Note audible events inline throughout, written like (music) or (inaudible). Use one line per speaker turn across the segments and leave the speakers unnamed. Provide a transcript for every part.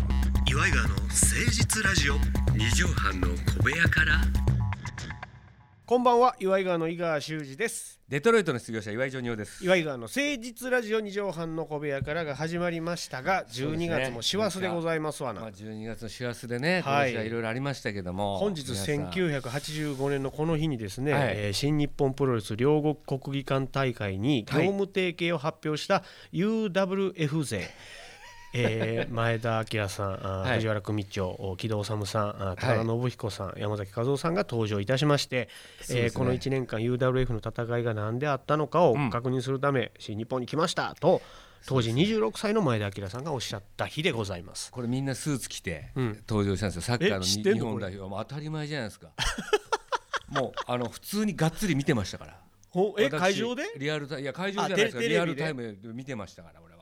イガーの誠実ラジオ
二畳半の小部屋から
こんばんは岩井川の井川修司です
デトロイトの失業者岩井ジョニオです
岩井川の誠実ラジオ二畳半の小部屋からが始まりましたが
うです
12
ね
月も師走でございますわな、
まあ12月の師走でね、
はい
今年はいろいろありましたけども
本日
皆さん
1985年のこの日にですね、
はい
えー新日本プロレス両国国技館大会に業務提携を発表した UWF 勢、 (laughs) えー前田明さん、あー
はい
藤原組長木戸治さんあー
は
高
い
田信彦さん、山崎和夫さんが登場いたしまして、
そう
え
で
ー
すね
この1年間 UWF の戦いが何であったのかを
うん
確認するため、新日本に来ましたと当時26歳の前田明さんがおっしゃった日でございます。
これみんなスーツ着て
うん
登場したんですよ、サッカーの
え知
に
ってんの
日本
これ
代表はもう当たり前じゃないですか (laughs) もうあの普通にがっつり見てましたから
え
私
会場で
リアルタイいや会場じゃないですか
あテレ
リアル
テレ
タイムで見てましたから俺は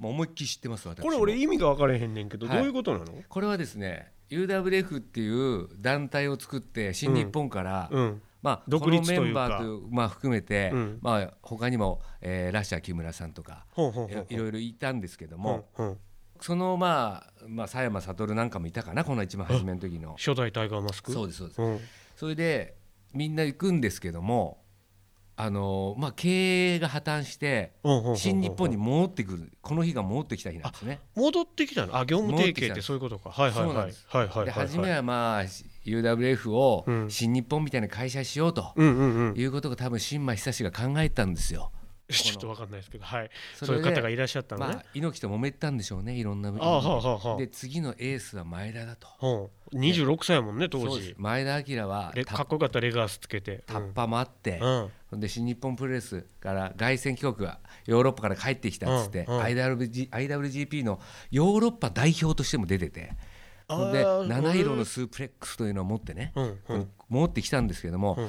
もう思いっきり知ってます私も
これ俺意味が分からへんねんけど、
はい
どういうことなの
これはですね UWF っていう団体を作って新日本から、
うん、
まあ、
独立というか
このメンバーという、まあ、含めて、
うん
まあ、他にも、えーラッシャー木村さんとか
ほうほうほうほう
いろいろいたんですけども、
うんうん
その、まあまあ、佐山悟なんかもいたかなこの一番初めの時の。
初代タイガーマスク
そうですそうです、
うん
それでみんな行くんですけどもあの、まあ、経営が破綻して
うんうんうんうん
新日本に戻ってくるこの日が戻ってきた日なんですね。
戻ってきたのあ業務提携ってそういうことかはいはい
そうなん
はい
です
はいはい
で
はい
初めは、まあ、UWF を
うん
新日本みたいな会社しようと
うんうんうん
いうことが多分新馬久志が考えたんですよ。
(laughs) ちょっとわかんないですけどはい
そ
そう
れ
い
で
う方がいらっしゃったの
ま
ね
あ、猪木と揉めたんでしょうねいろんな
ああはあはあはあ
で次のエースは前田だと
うん26歳やもんね当
そうです
時
前田明は
で
タ
か
ッ
っこよかったレガースつけて
タッパもあって、
うん
ほんで新日本プロレスから凱旋帰国がヨーロッパから帰ってきたっつって、
うんうん
IWG IWGP のヨーロッパ代表としても出てて
あー
ほんで
うん
七色のスープレックスというのを持ってね、
うんうん
持ってきたんですけども、
うん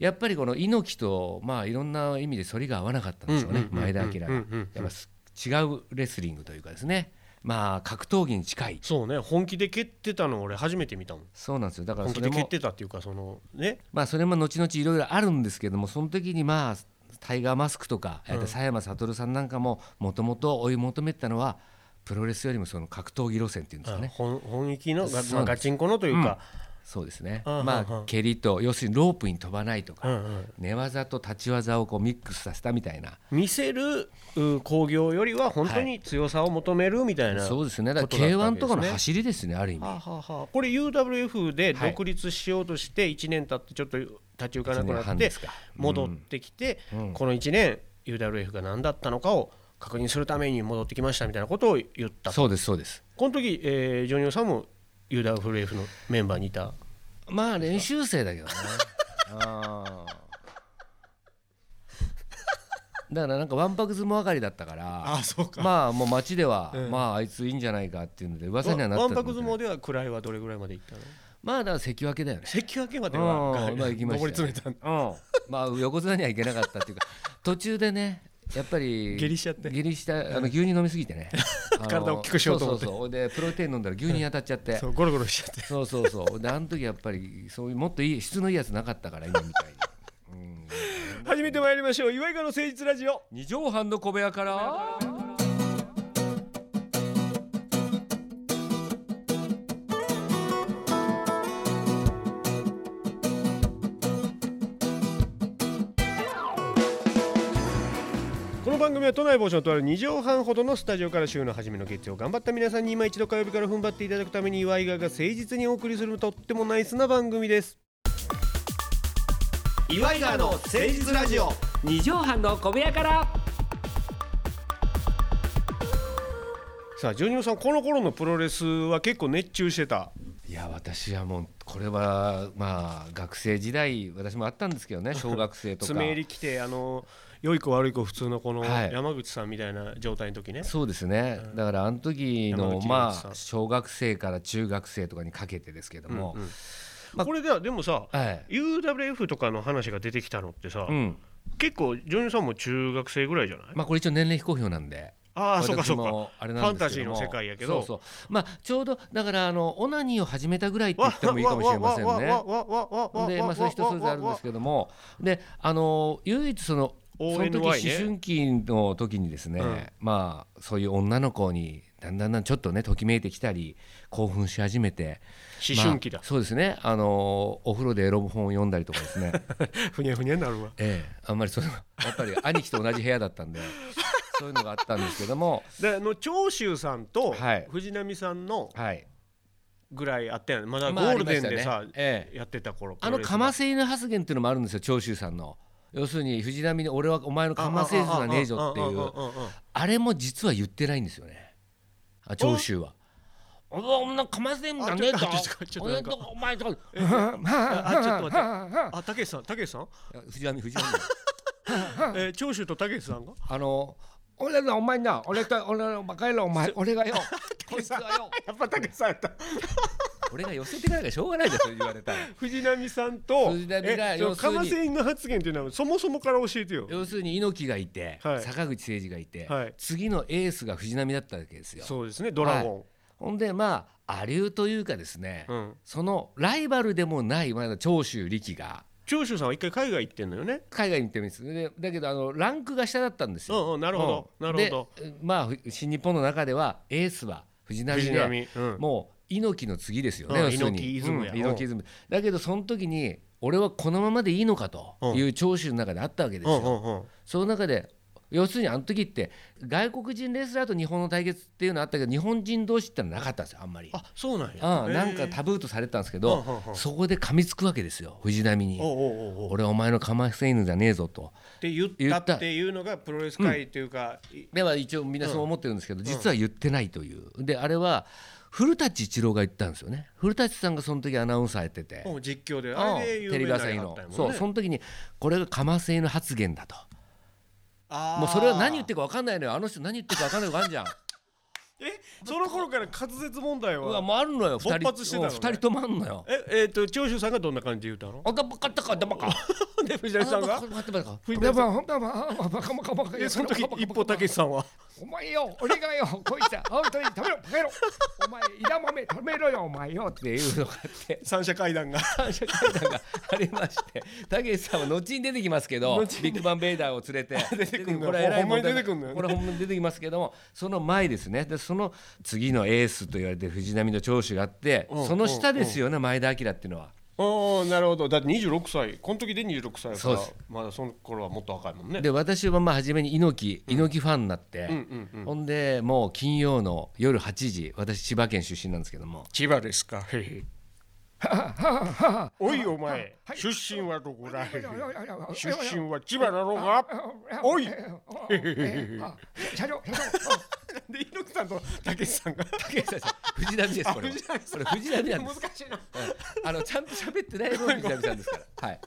やっぱりこの猪木と、まあ、いろんな意味で反りが合わなかったんでしょうね、
うんうんうんうん
前田明が、
うんうんうん
やっぱす違うレスリングというかですね、まあ、格闘技に近い
そうね本気で蹴ってたの俺初めて見たもん
そうなんですよだから
本
そ
気
れ
で蹴
も
ってたっていうかそのね
まあそれも後々いろいろあるんですけどもその時にまあタイガーマスクとかえーと佐山悟さんなんかももともと追い求めてたのはプロレスよりもその格闘技路線っていうんですかね
本本気のが
そ
ま
うな
あ
んで
ガ
す
チンコのというか
そうですね
うんうんうん
まあ蹴りと要するにロープに飛ばないと
う
か
んうん
寝技と立ち技をこうミックスさせたみたいな
見せるう興行よりは本当に強さを求めるみたいな
そうですねだから
ことだったわけ
K1
ですね
とかの走りですねある意味
はあはあはあこれ UWF で独立しようとして1年経ってちょっと立ち行かなく
一年
なっ
半
て
ですか
戻ってきて
うん
この1年 UWF が何だったのかを確認するために戻ってきましたみたいなことを言った
そうですそうです
この時、えージョニオさんも UWF のメンバーにいた
まあ練習生だけどねあーだからなんかわんぱく相撲上がりだったから
そう
まあもう街では、
うん
まああいついいんじゃないかっていうので噂にはなって
わ
た
ん
んだ
ぱ
け
く
ど
相撲では位はどれぐらいまでいったの
まあだから関脇だよね
関脇まで
うん
は
まあ
上
行きました
り詰めたんだ
うんまあ横綱には行けなかったっていうか途中でねやっぱり
下痢しちゃって
下痢したあの牛乳飲みすぎてねあの
(laughs) 体大きくしようと思って
そうそうそうでプロテイン飲んだら牛乳当たっちゃって、
そうゴロゴロしちゃって
そうそうそうであの時やっぱりそういうもっといい質のいいやつなかったから今みたいに
始めてまいりましょう岩井川の誠実ラジオ
二畳半の小部屋から
この番組は都内某所のとある2畳半ほどのスタジオから週の初めの月曜頑張った皆さんに今一度火曜日から踏ん張っていただくために岩井川が誠実にお送りするとってもナイスな番組です岩井川の誠実ラジオ
二畳半の小部屋から
さあジョニオさんこの頃のプロレスは結構熱中してた
いや私はもうこれはまあ学生時代私もあったんですけ (laughs) どね小学生とか
爪襟着てあの良い子悪い子普通のこの
はい
山口さんみたいな状態の時ね、
そうですね、だからあの時
山
の
口
ま
さ
あ
ん
小学生から中学生とかにかけてですけども、
うんうん
まあ
これではでもさ、
はい
UWF とかの話が出てきたのってさ、
うん
結構ジョニオさんも中学生ぐらいじゃない、
まあこれ一応年齢非公表なんで。
ああそうかそうか
私もあれなんですけども
ファンタジーの世界やけど
そうそうまあちょうどだからあのオナニーを始めたぐらいって言ってもいいかもしれませんね。でまあそれは人それぞれあるんですけどもであの唯一そのその時
ONY
思
ね
春期の時にですね、
うん
まあそういう女の子にだんだんだんちょっとねときめいてきたり興奮し始めて
思春期だ
まあ、そうですねあのお風呂でエロ本を読んだりとかですね
ふにゃふにゃになるわ
ええあんまりそういうのやっぱり兄貴と同じ部屋だったんでそういうのがあったんですけども
であの長州さんと
はい
藤波さんの
はい
ぐらいあったよねまだゴ
まあ
ールデンで
あ
さ
りましたねえ
やってた頃
あのかませ犬発言っていうのもあるんですよ長州さんの要するに藤波に「俺はお前のかませ犬はねえぞ」っていうあれも実は言ってないんですよねあ長州は。お前女かませんじゃねえ
あち
ぞ
ょっとちょっとちょっとな
俺
んか
とお前と
あちょっと待ってあたけしさんたけしさん
藤波藤波
えー長州とたけしさんが
あの俺のお前な俺と俺のバカ野郎お前俺がよこいつがよ
やっぱたけしさんやった
俺が寄せてかなきゃしょうがないですよ言われたら
藤波さんと
藤波が
えその
要する
か
に
ませ犬の発言っていうのはそもそもから教えてよ
要するに猪木がいて、
はい
坂口誠二がいて、
はい
次のエースが藤波だったわけですよ
そうですねドラゴ
ほんでまあ亜流というかですね、
ンうん
そのライバルでもないまだ長州力が
長州さんは一回海外行ってんのよね
海外に行ってるんですでだけどあのランクが下だったんです
う
よ、
んうんなるほど
うん
なるほど
でまあふ新日本の中ではエースは藤波で
藤波うん
もう猪木の次ですよね、
うん
要するに
猪木イズムや
うん猪木イズムだけどその時に俺はこのままでいいのかという長州の中であったわけです
う
よ、
んうんうん
その中で要するにあの時って外国人レスラーと日本の対決っていうのあったけど日本人同士ってのはなかったんですよあんまり。
あそうなんや
ああなん
へ
か
ー
タブーとされてたんですけ
うんう
ど
んうん
そこで噛みつくわけですよ藤波に
おうおうおうお
「
う
俺はお前のかませ犬じゃねえぞ」と。
って言ったっていうのがプロレス界というか、い
では一応みんなそう思ってるんですけど実は言ってないという。であれは古舘一郎が言ったんですよね古舘さんがその時アナウンサーやってて。
もう実況で
う
あ
ん
れで有
テレ
名にな
ビ
り
朝日
はっ
の
たんやもんね
そうその時にこれがかませ犬発言だと
あー
もうそれは何言ってるか分かんないのよあの人何言ってるか分かんないのがあるじゃん
えその頃から滑舌問題
うわ
は
もうあるのよ
勃
二人
発してたのね
うん二人ともあるのよ
ええー、と長州さんがどんな感じで言うたの
あだばかったかだばか
で藤波さんが
あだばかだばか
藤波
だ
さ
ばかだばかバカバカバカ
えその時
バカバカ
一歩たけしさ
(laughs)
んは
お前よ俺がよこいつは本当に食べろバカ野郎お前枝豆食べろよお前よっていうのがあって
三者会談が
感謝会談がありましてたけしさんは後に出てきますけどビッグバンベイダーを連れて出
てくんのよ
これは偉い
ほんまに
問題
出てくんのよ
これはほんまに出てきますけどもその前ですねでその次のエースと言われてる藤波の長州があって
うん
その下ですよね前田明っていうのは。
おーなるほどだって26歳この時で26歳だか
そう
ら
です
まだその頃はもっと若いも (laughs) んね
で私はまあ初めに猪木猪木ファンになって、
んうん
ほんでもう金曜の夜8時私千葉県出身なんですけども
千葉ですかへい (laughs) おいお前出身はどこだへい出身は千葉だろう (laughs) がおい
社長社
で猪木さん (laughs) とたけしさんが
長藤波ですこれは
藤波さ
これ藤波なんで
難
す
しいな
あのちゃんと喋ってないのが藤波さんですからはい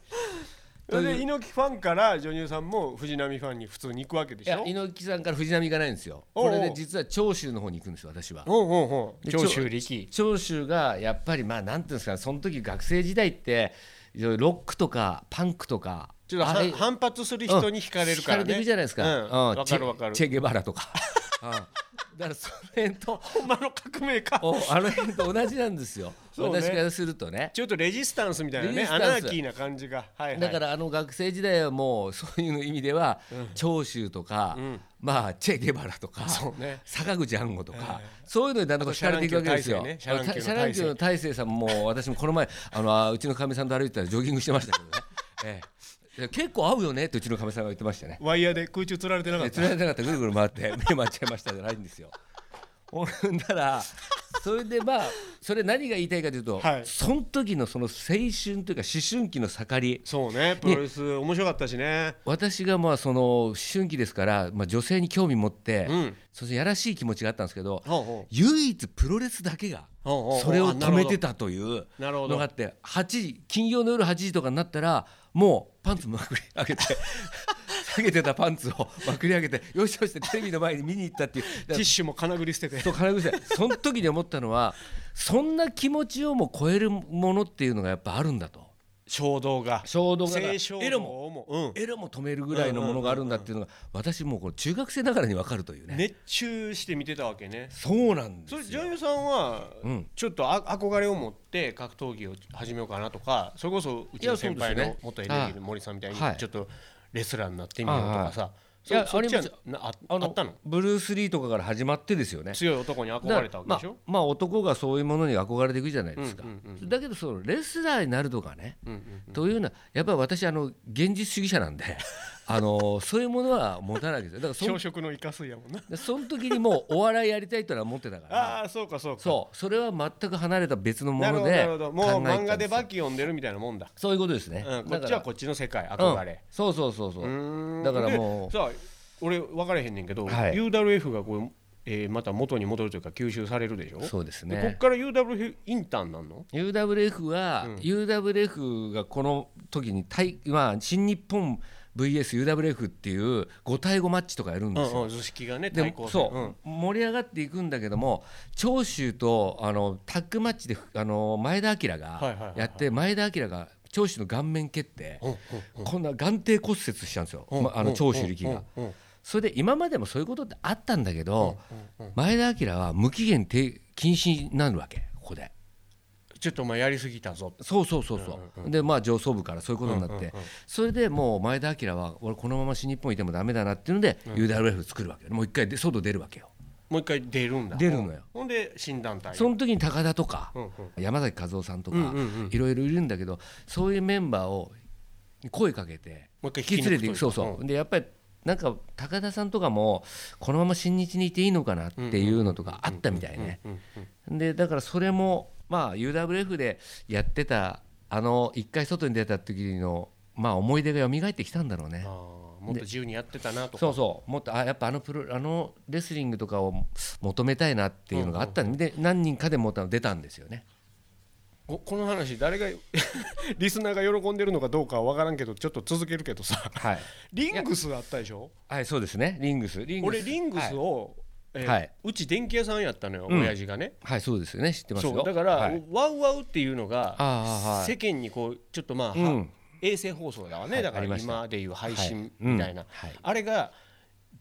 それで猪木ファンから女優さんも藤波ファンに普通に行くわけで
い
し
や
ょ
猪木さんから藤波行かないんですよ
おうお
こ
う
れで実は長州の方に行くんですよ私は
ほうほうほう
で
長州力
長州がやっぱりまあなんていうんですかその時学生時代っていろいろロックとかパンクとか
ちょっと
あれ
は反発する人に惹かれるからね
惹
(laughs)
かれてくじゃないですか。
うん
うん
わかるわかる
チェチェゲバラとか。
(laughs)
うんだからその辺と
ほんまの革命か
おあの辺と同じなんですよ。
そうね
私からするとね。
ちょっとレジスタンスみたいな
レ
ね
ジスタ
ア
ンス
ナーキーな感じがはいはい
だからあの学生時代はもうそういう意味では長州とか、まあチェ・ゲバラとか、
そうね
坂口安吾とか、そういうのにだんだんこう惹かれていくわけですよ。
シャランキューの大勢ねシャ
シ
ラ
ラ
ン
ン
キュー
キュー
の
の大勢さんも私もこの前 (laughs) あのあうちのかみさんと歩いてたらジョギングしてましたけどね。ええ、結構合うよねってうちのかみさんが言ってましたね。
ワイヤーで空中吊られてなかっ
え
た
釣られてなかったらぐるぐる回って (laughs) 目回っちゃいましたじゃないんですよ。 (laughs) ほんだらそれでまあそれ何が言いたいかというと、
はい
その時のその青春というか思春期の盛り
そうねプロレス面白かったしね
私がまあその思春期ですから、まあ、女性に興味持って、
うん
そしてやらしい気持ちがあったんですけど、
ほうほう
唯一プロレスだけが
ほうほうほう
それを
あな
止
るほ
め
ど
てたという
なるほ
の
ど
があって8時金曜の夜8時とかになったらもうパンツまくり上
(laughs)
げて下げてたパンツをまくり上げてよしよしってテレビの前に見に行ったっていう
ティッシュも金繰り捨てて
と金口さんその時に思ったのはそんな気持ちをも超えるものっていうのがやっぱあるんだと
衝動が
衝動が
性衝
エロも
動もうん
(laughs) エロも止めるぐらいのものがあるんだっていうのが私もうこれ中学生ながらに分かるというね
熱中して見てたわけね
そうなんです
そ
よ
れ女優さんは
うん
ちょっとあ憧れを持って格闘技を始めようかなとかそれこそうちの先輩
い
の
やそうですね
元エネルギーの森さんみたいに
はい
ちょっとレスラーになってみようとかさ
いはい
そ
いや
そっちは
ありま
なあ
あ
あったの
ブルース・リーとかから始まってですよね
強い男に憧れたわけでし
まあ
ょ、
まあ男がそういうものに憧れていくじゃないですか、
うんうん
だけどそのレスラーになるとかね、
うんうん
というのはやっぱり私あの現実主義者なん
(laughs)
であのそういうものは持たないですよだからそん
朝食のイカ水やもんな
その時にもうお笑いやりたいというのは思ってたから
ああーそうかそうか
そうそれは全く離れた別のも
なる
の
ほどな
で
る
考
ほど
え
もう漫
て
画
たんで
ですバッキー読んでるみたいなもんだ、
そういうことですね、
うん、こっちはこっちの世界
だから
憧れ、
うんそうそうそうそう
うーん
だからも
で
う
さあ俺分からへんねんけど、
はい
UWF がこう、えーまた元に戻るというか吸収されるでしょ
そうです
でこっ
ね
から UWF インターンなんの
UWF は、
うん
UWF がこの時に対、まあ、新日本 VSUWF っていう5対5マッチとかやるんですよ、
うんうん図式がね
で
対抗
も
戦
そう、
ん
盛り上がっていくんだけども長州とあのタッグマッチであの前田明
はいはいはいはい
がやって前田明が長州の顔面蹴って
うんうん
こんな眼底骨折しちゃうんですよ、
うん
まあの長州力が、
うんうん
それで今までもそういうことってあったんだけど、
うんうん
前田明は無期限停禁止になるわけここで
ちょっとお前やりすぎたぞ
そうそうそうそう,、でまあ上層部からそういうことになって、それでもう前田明は俺このまま新日本いてもダメだなっていうので、UWF 作るわけよもう一回で外出るわけよ
もう一回出るんだ
出るのよ
ほんで新団体
その時に高田とか、
うんうん
山崎和夫さんと
うん
か
うんうん
いろいろいるんだけどそういうメンバーを声かけて
もう一回
引き連れていくそう
引き抜くというか
そううでやっぱりなんか高田さんとかもこのまま新日にいていいのかなっていうのとかあったみたいね
うん
でだからそれもまあ UWF でやってたあの一回外に出た時のまあ思い出が蘇ってきたんだろうね
あーもっと自由にやってたなとか
そうそうもっとあやっぱあのプロあのレスリングとかを求めたいなっていうのがあったんで何人かでもた出たんですよね
ここの話誰が (laughs) リスナーが喜んでるのかどうかは分からんけどちょっと続けるけど
(laughs)
さ
はい
リングスあったでしょ
はい、そうですね。リングス。リングス。
俺リングス
はい、
を、えー
はいう
ち電気屋さんやったのよ、
うん
親父がね
はいそうですよね。知ってますよ。
そうだから、
はい、
ワウワウっていうのが
あーはい
世間にこうちょっとまあ、は
うん
衛星放送だわね、
はい
だか
あり
ら
ました
今でいう配信
はい
みたいな、
うんはい
あれが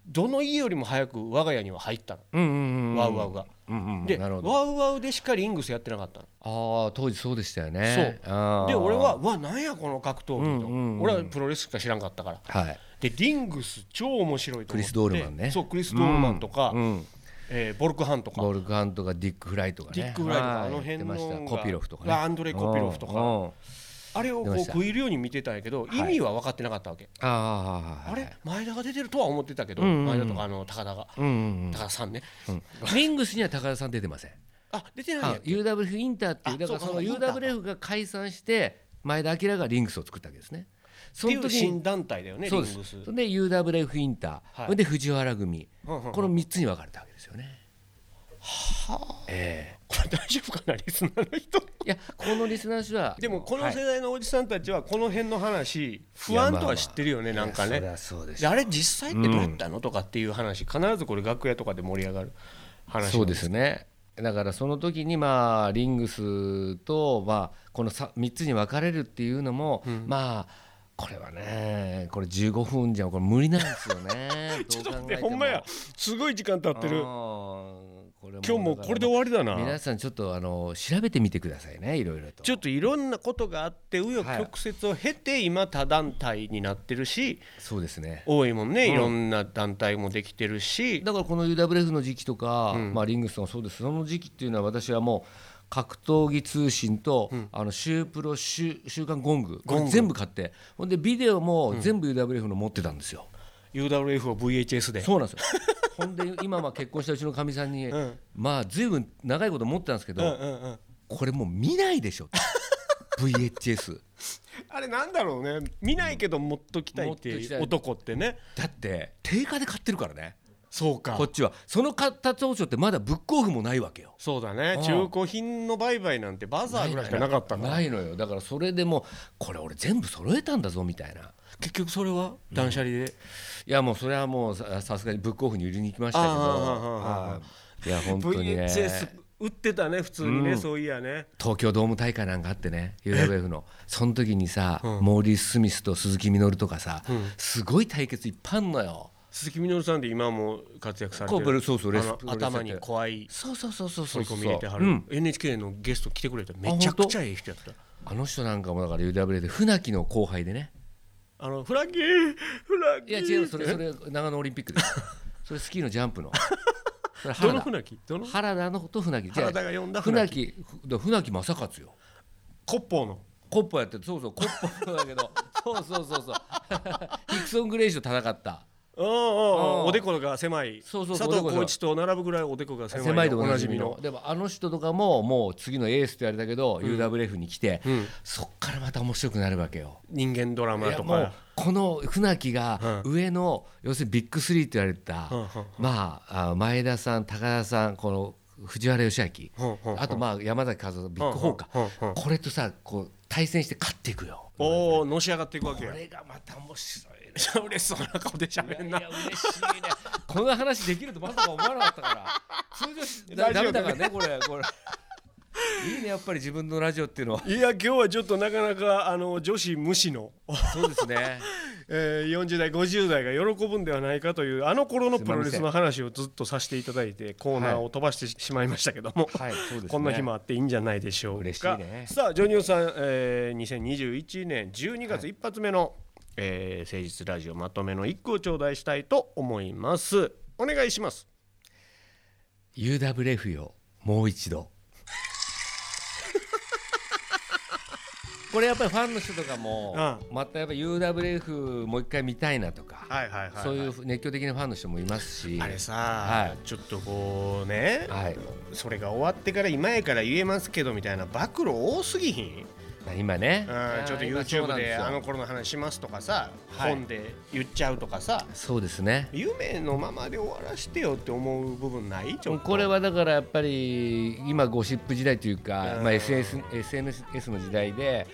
どの家よりも早く我が家には入ったの、
うんうんうんうん。
ワウワウが。
うんうん。
で
なるほど。
ワウワウでしかリングスやってなかったの。
ああ当時そうでしたよね。そう
で俺は「うわなんやこの格闘技と」
うんうんうん
俺はプロレスしか知らんかったから
はい。
でリングス超面白いと思って
クリスドールマンね
そうクリス・ドールマンとか、
うん。
えーボルクハンとか
ボルカンとかディックフライとかね。
ディック・フライとか
はい
あの辺の
やってましたコピロフとかね。
アンドレイ・コピロフと
うん
か。
うん
あれをこ
出
う
ました
食い入るように見てたんやけど
はい
意味は分かってなかったわけ、
ああ
あれ前田が出てるとは思ってたけど、
うんうんうん
前田とかあの高田が、
うんうんうん
高田さんね
うん。リングスには高田さん出てません。
あ出てないん
あ
や
UWF インターっていう
あ
だから
そう
そ
か
の
インターか
UWF が解散して前田明がリングスを作ったわけですね。
っ
そ
てい
の
う
時に
新団体だよねリ
そう
ン
で
グ
す
ス
それで UWF インター、
はい
それで藤原組、
うんうんうん
この3つに分かれたわけですよね。え
これ大丈夫かなリスナーの人
えいやこのリスナーの人は
でもこの
はい
世代のおじさんたちはこの辺の話不安とは知ってるよね
い
な
や
んか
そ
ね
りゃそうです
であれ実際ってどうやったのとかっていう話必ずこれ楽屋とかで盛り上がる話
そうですねだからその時にまあリングスとまあこの 3, 3つに分かれるっていうのも、まあこれはねこれ15分じゃこれ無理なんですよ
(laughs)
ね
ちょっ
ど
と
う考
待っ
え
て
も
ほんまやすごい時間経ってる
あーこれ
今日もうこれで終わりだな
皆さんちょっとあの調べてみてくださいねいろいろと
ちょっといろんなことがあって紆余曲折を経て今他団体になってるし
そうですね
多いもんね
うん
いろんな団体もできてるし
だからこの UWF の時期とか、
うん
まあ、リングスもそうですその時期っていうのは私はもう格闘技通信と、あのシュープロ週週刊ゴング
ゴング
これ全部買ってほんでビデオも全部 UWF の持ってたんですよ、
UWF を VHS で
そうなんですよほんで今まあ結婚したうちのかみさんに、
ん
まあ随分長いこと持ってたんですけど、
うんうんうん
これもう見ないでしょって VHS
あれなんだろうね見ないけど持っときたいって
持っとき
い
た
う
い
男ってね
だって定価で買ってるからね
そうか
こっちはその買った当初ってまだブックオフもないわけよ
そうだね
うん
中古品の売買なんてバザーぐらいしかなかったから
ないのよだからそれでもうこれ俺全部揃えたんだぞみたいな
結局それは断捨離で、
いやもうそれはもうささすがにブックオフに売りに行きましたけど
ああああああ
はいいや本当にね
VHS 売ってたね普通にね、
うん
そういやね
東京ドーム大会なんかあってね UWF のその時にさ、
うん
モーリー・スミスと鈴木みのるとかさ、
ん
すごい対決いっぱいあんのよ
鈴木みのるさんで今も活躍され
こ
て
うブル
る
そうそうレス
あの頭に怖い
そうそうそうそうそ
取り込
うそう
み入れてはる、
うん
NHK のゲスト来てくれためちゃくちゃええ人やった
あの人なんかもだから UWF で船木の後輩でね
あのフラッキーフラッ
い
キー
や違うそれそれ長野オリンピッ (laughs) クですそれスキーのジャン (laughs) プのそれ
ど
原
の船
田
木どの
原田のと船木じゃあ
原田が呼んだ
船
船木
木ふ船木正勝よ
コッポーの
コッポやってそうそうコッポだけど
(laughs)
そうそうそう (laughs) そうヒクソン・グレイシュと戦った
うんうんう
う
んんおでこが狭い
そうそうそう
佐
おでこ
藤浩
狭い
一と並ぶぐらいおでこが狭い
狭いでおなじみのでもあの人とかももう次のエースと言われたけど、UWF に来て、
うん
そっからまた面白くなるわけよ。
人間ドラ
い
マ
や
と
もう
か
この船木が上の、要するにビッグスリーと言われた、
うんうん
まああ前田さん高田さんこの藤原義明、
うんうんうん
あとまあ山崎和夫ビッグホーカー、
うんうんうん
これとさこう対戦して勝っていくよ。
おおのし上がっていくわけ
こ
や
れがまた面白いね。
(laughs) 嬉しそうな顔でしゃべん
い
な
やいや嬉しいね。 (laughs) この話できるとまさか思わなかったから。通常だ
ラジ
ダ
オ
メ
で
だ
ね
からねこれこれ。いいねやっぱり自分のラジオっていうのは。
いや今日はちょっとなかなかあの女子無視の、
そうですね。
えー、40代50代が喜ぶんではないかというあの頃のプロレスの話をずっとさせていただいてコーナーを飛ばしてししまいましたけども、
はいそうですね。
こんな日もあっていいんじゃないでしょうか
嬉しいね
さあジョニオさん、えー、2021年12月一発目の、えー誠実ラジオまとめの一句を頂戴したいと思いますお願いします
UWF よもう一度。これやっぱりファンの人とかも、またやっぱ UWF もう一回見たいなとか、
はいはいはいはい
そういう熱狂的なファンの人もいますし
あれさ、
は
ちょっとこうね
い、はい、
それが終わってから今やから言えますけどみたいな暴露多すぎひん、
今ね、
うん、ちょっと
今そう
YouTube
なん
です
よ
あの頃の話しますとかさ、
はい
本で言っちゃうとかさ
そうですね
夢のままで終わらしてよって思う部分ないちょっと
これはだからやっぱり今ゴシップ時代というか、
うん
まあ、SNS, SNS の時代で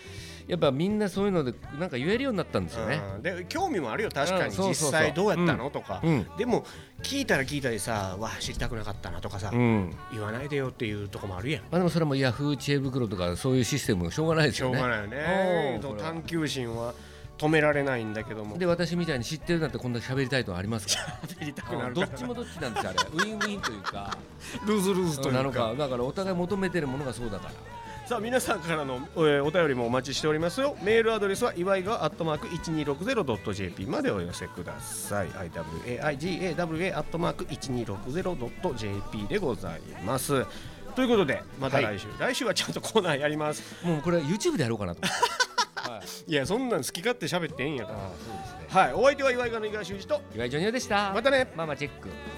やっぱみんなそういうのでなんか言えるようになったんですよね。
うん、で興味もあるよ確か
うん
に
そう
実
そうそう
際どうやったのとか、
うん
でも聞いたら聞いたでさわあ知りたくなかったなとかさ、
うん
言わないでよっていうとこもあるやん
まあ、でもそれもヤフー知恵袋とかそういうシステムもしょうがないです
しょ
よ
う
ね。
がないよね
うんこれは
探求心は止められないんだけども
で私みたいに知ってるなんてこんな喋りたいとはありますか
喋りたく
ら
(laughs) な
うん
る
ど
か
っちもどっちなんですよあれ
(laughs)
ウィンウィンというか
ルーズルーズという
なのかだからお互い求めてるものがそうだから
さあ皆さんからの、えーお便りもお待ちしておりますよメールアドレスは岩井がアットマーク 1260.jp までお寄せください iwaigawa アットマーク 1260.jp でございますということでまた来週、来週はちゃんとコーナーやります
もうこれは YouTube でやろうかなと思って。はい、
いやそんなん好き勝手喋ってええんやか
ああそうですね。
らはいお相手は岩井がの井川修司と
岩井ジョニオでした。
またね
ママチェック。
「